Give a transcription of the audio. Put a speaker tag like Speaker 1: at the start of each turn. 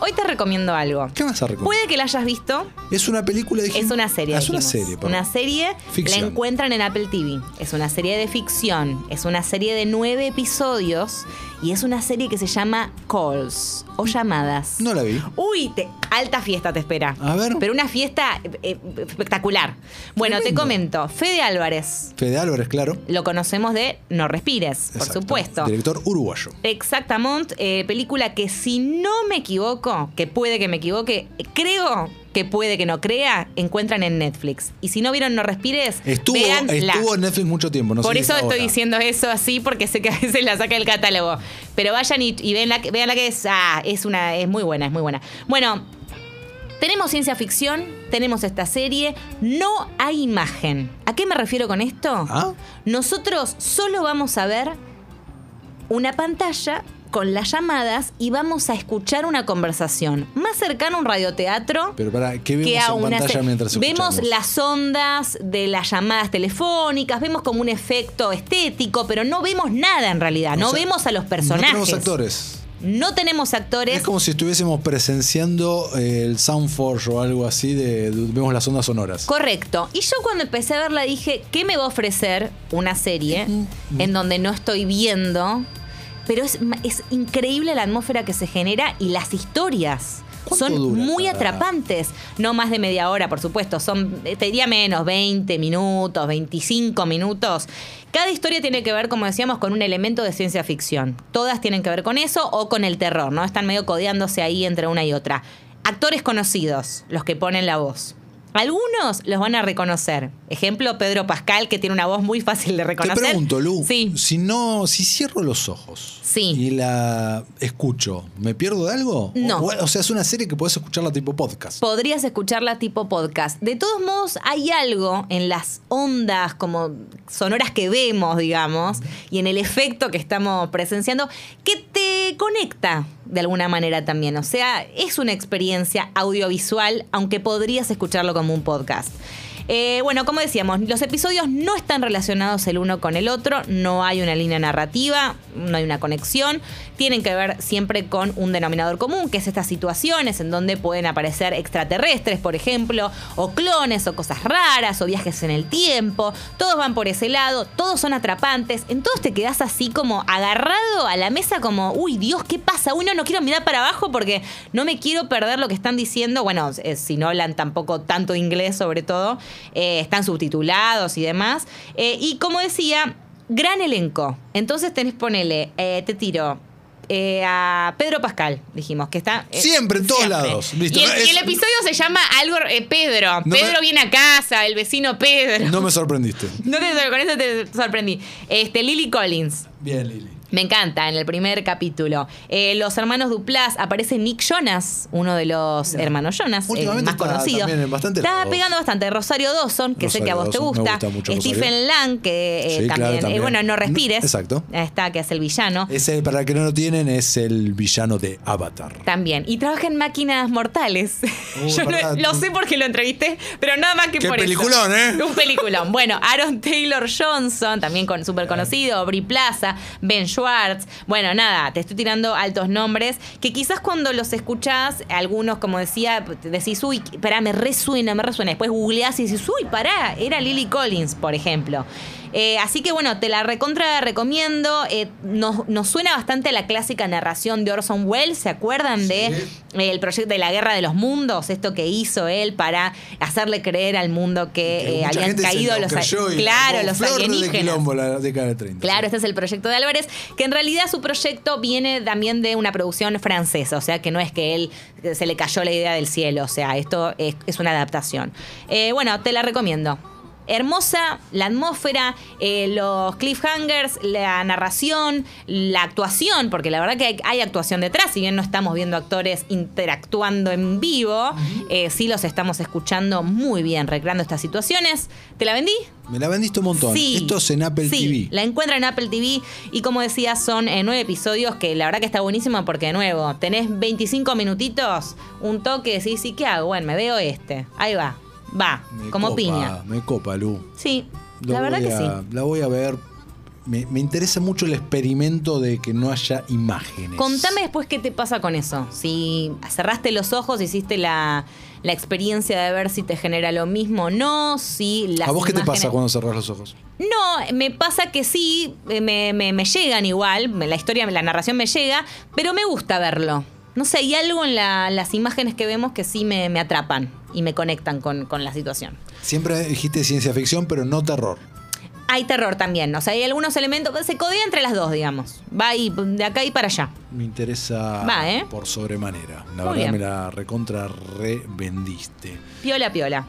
Speaker 1: Hoy te recomiendo algo.
Speaker 2: ¿Qué vas a recomendar?
Speaker 1: Puede que la hayas visto.
Speaker 2: Es una película de
Speaker 1: Es una serie.
Speaker 2: Ah, Es una
Speaker 1: dijimos.
Speaker 2: serie, perdón.
Speaker 1: Una serie.
Speaker 2: Ficción.
Speaker 1: La encuentran en Apple TV. Es una serie de ficción. Es una serie de nueve episodios. Y es una serie que se llama Calls o llamadas.
Speaker 2: No la vi.
Speaker 1: Uy, te- alta fiesta te espera.
Speaker 2: A ver.
Speaker 1: Pero una fiesta eh, eh, espectacular. Bueno,
Speaker 2: Tremendo.
Speaker 1: te comento. Fede Álvarez.
Speaker 2: Fede Álvarez, claro.
Speaker 1: Lo conocemos de No Respires, por
Speaker 2: Exacto.
Speaker 1: supuesto.
Speaker 2: Director uruguayo.
Speaker 1: Exactamente, eh, película que si no me equivoco, que puede que me equivoque, creo que puede que no crea, encuentran en Netflix. Y si no vieron No Respires,
Speaker 2: Estuvo,
Speaker 1: véanla.
Speaker 2: estuvo en Netflix mucho tiempo. No sé
Speaker 1: Por
Speaker 2: si
Speaker 1: eso
Speaker 2: es
Speaker 1: estoy
Speaker 2: ahora.
Speaker 1: diciendo eso así, porque sé que a veces la saca el catálogo. Pero vayan y, y vean, la, que- vean la que es. Ah, es una. Es muy buena, es muy buena. Bueno, tenemos ciencia ficción, tenemos esta serie, no hay imagen. ¿A qué me refiero con esto?
Speaker 2: Ah.
Speaker 1: Nosotros solo vamos a ver una pantalla con las llamadas y vamos a escuchar una conversación. Más cercano a un radioteatro
Speaker 2: Pero para, ¿qué vemos
Speaker 1: que a
Speaker 2: en
Speaker 1: una
Speaker 2: pantalla
Speaker 1: se-
Speaker 2: mientras
Speaker 1: vemos
Speaker 2: escuchamos?
Speaker 1: las ondas de las llamadas telefónicas, vemos como un efecto estético, pero no vemos nada en realidad, no
Speaker 2: O sea,
Speaker 1: vemos a los personajes.
Speaker 2: No tenemos actores.
Speaker 1: No tenemos actores.
Speaker 2: Es como si estuviésemos presenciando eh, el Soundforge o algo así de, de- vemos las ondas sonoras.
Speaker 1: Correcto. Y yo cuando empecé a verla dije, ¿qué me va a ofrecer una serie en donde no estoy viendo? Pero es, ma- es increíble la atmósfera que se genera y las historias.
Speaker 2: ¿Cuánto
Speaker 1: Son
Speaker 2: dura
Speaker 1: muy
Speaker 2: cada-
Speaker 1: atrapantes. No más de media hora, por supuesto. Son, eh, te diría menos, 20 minutos, 25 minutos. Cada historia tiene que ver, como decíamos, con un elemento de ciencia ficción. Todas tienen que ver con eso o con el terror, ¿no? Están medio codeándose ahí entre una y otra. Actores conocidos, los que ponen la voz. Algunos los van a reconocer. Ejemplo, Pedro Pascal, que tiene una voz muy fácil de
Speaker 2: Te
Speaker 1: reconocer.
Speaker 2: pregunto, Lu,
Speaker 1: Sí.
Speaker 2: si no, si cierro los ojos
Speaker 1: Sí.
Speaker 2: y la escucho, ¿me pierdo de algo?
Speaker 1: No.
Speaker 2: O, o sea, es una serie que podés escucharla tipo podcast.
Speaker 1: Podrías escucharla tipo podcast. De todos modos, hay algo en las ondas como sonoras que vemos, digamos, y en el efecto que estamos presenciando, que te conecta de alguna manera también. O sea, es una experiencia audiovisual, aunque podrías escucharlo como un podcast. Eh, bueno, como decíamos, los episodios no están relacionados el uno con el otro, no hay una línea narrativa, no hay una conexión, tienen que ver siempre con un denominador común, que es estas situaciones en donde pueden aparecer extraterrestres, por ejemplo, o clones, o cosas raras, o viajes en el tiempo, todos van por ese lado, todos son atrapantes, entonces te quedás así como agarrado a la mesa como, uy Dios, ¿qué pasa? Uy, no, no quiero mirar para abajo porque no me quiero perder lo que están diciendo, bueno, eh, si no hablan tampoco tanto inglés sobre todo, eh, están subtitulados y demás. Eh, y como decía, gran elenco. Entonces tenés, ponele, eh, te tiro. eh, a Pedro Pascal, dijimos, que está... eh,
Speaker 2: Siempre, en todos lados. Listo.
Speaker 1: Y el,
Speaker 2: No, es-
Speaker 1: y el episodio se llama algo eh, Pedro.
Speaker 2: No
Speaker 1: Pedro
Speaker 2: me-
Speaker 1: viene a casa, el vecino Pedro.
Speaker 2: No me sorprendiste.
Speaker 1: No te sor- con eso te sorprendí. Este, Lily Collins.
Speaker 2: Bien, Lili.
Speaker 1: Me encanta, en el primer capítulo. Eh, los hermanos Duplass, aparece Nick Jonas, uno de los hermanos Jonas, el
Speaker 2: Últimamente
Speaker 1: más
Speaker 2: está
Speaker 1: conocido.
Speaker 2: también en bastante
Speaker 1: está
Speaker 2: lados.
Speaker 1: pegando bastante. Rosario Dawson, que sé que a vos
Speaker 2: Rosario
Speaker 1: te
Speaker 2: Dawson, me
Speaker 1: gusta.
Speaker 2: gusta mucho Rosario.
Speaker 1: Stephen Lang, que eh,
Speaker 2: Sí, claro,
Speaker 1: también. eh,
Speaker 2: también.
Speaker 1: bueno, no respires.
Speaker 2: No, exacto. Eh.
Speaker 1: Ahí Está, que es el villano.
Speaker 2: Ese, para el que no lo tienen, es el villano de Avatar.
Speaker 1: También. Y trabaja en máquinas mortales.
Speaker 2: Uh,
Speaker 1: Yo lo,
Speaker 2: verdad.
Speaker 1: lo sé porque lo entrevisté, pero nada más que
Speaker 2: Qué
Speaker 1: por eso.
Speaker 2: peliculón, ¿eh?
Speaker 1: Un peliculón. Bueno, Aaron Taylor Johnson, también con, súper conocido, Brie Plaza, Ben Schwartz. Bueno, nada, te estoy tirando altos nombres que quizás cuando los escuchás, algunos, como decía, te decís, uy, pará, me resuena, me resuena. Después googleás y decís, uy, pará, era Lily Collins, por ejemplo. Eh, así que bueno, te la recontra recomiendo. Eh, nos, nos suena bastante a la clásica narración de Orson Welles, ¿se acuerdan de eh, el proyecto de la Guerra de los Mundos? Esto que hizo él para hacerle creer al mundo que, eh,
Speaker 2: Mucha
Speaker 1: habían
Speaker 2: gente se
Speaker 1: caído
Speaker 2: lo
Speaker 1: los, a-
Speaker 2: creyó y
Speaker 1: claro,
Speaker 2: armó
Speaker 1: los
Speaker 2: flor de
Speaker 1: alienígenas.
Speaker 2: quilombo la década de 30.
Speaker 1: Claro, este es el proyecto de Álvarez, que en realidad su proyecto viene también de una producción francesa, o sea que no es que él eh, se le cayó la idea del cielo, o sea, esto es, es una adaptación. Eh, bueno, te la recomiendo. Hermosa, la atmósfera, eh, los cliffhangers, la narración, la actuación, porque la verdad que hay, hay actuación detrás, si bien no estamos viendo actores interactuando en vivo, eh, sí los estamos escuchando muy bien, recreando estas situaciones. ¿Te la vendí?
Speaker 2: Me la vendiste un montón.
Speaker 1: Sí.
Speaker 2: Esto es en Apple
Speaker 1: Sí,
Speaker 2: TV.
Speaker 1: La encuentra en Apple TV y como decía, son eh, nueve episodios que la verdad que está buenísimo porque de nuevo, tenés 25 minutitos, un toque, decís, ¿y qué hago? Bueno, me veo este. Ahí va. Va,
Speaker 2: Me
Speaker 1: como
Speaker 2: copa,
Speaker 1: piña.
Speaker 2: Me copa, Lu.
Speaker 1: Sí,
Speaker 2: Lo
Speaker 1: la verdad
Speaker 2: voy
Speaker 1: que sí.
Speaker 2: a- La voy a ver. me, me interesa mucho el experimento de que no haya imágenes.
Speaker 1: Contame después qué te pasa con eso. Si cerraste los ojos, hiciste la, la experiencia de ver si te genera lo mismo o no, si las
Speaker 2: ¿A vos qué te
Speaker 1: imágenes-
Speaker 2: pasa cuando cerrás los ojos?
Speaker 1: No, me pasa que sí, eh, me, me- me llegan igual, me- la historia, la narración me llega, pero me gusta verlo. No sé, hay algo en la- las imágenes que vemos que sí me, me atrapan y me conectan con, con la situación.
Speaker 2: Siempre dijiste ciencia ficción, pero no terror.
Speaker 1: Hay terror también, o sea, hay algunos elementos, se codea entre las dos, digamos. Va ahí, de acá y para allá.
Speaker 2: Me interesa
Speaker 1: Va, ¿eh?
Speaker 2: por sobremanera. La
Speaker 1: Muy
Speaker 2: verdad
Speaker 1: bien.
Speaker 2: me la recontra revendiste.
Speaker 1: Piola, piola.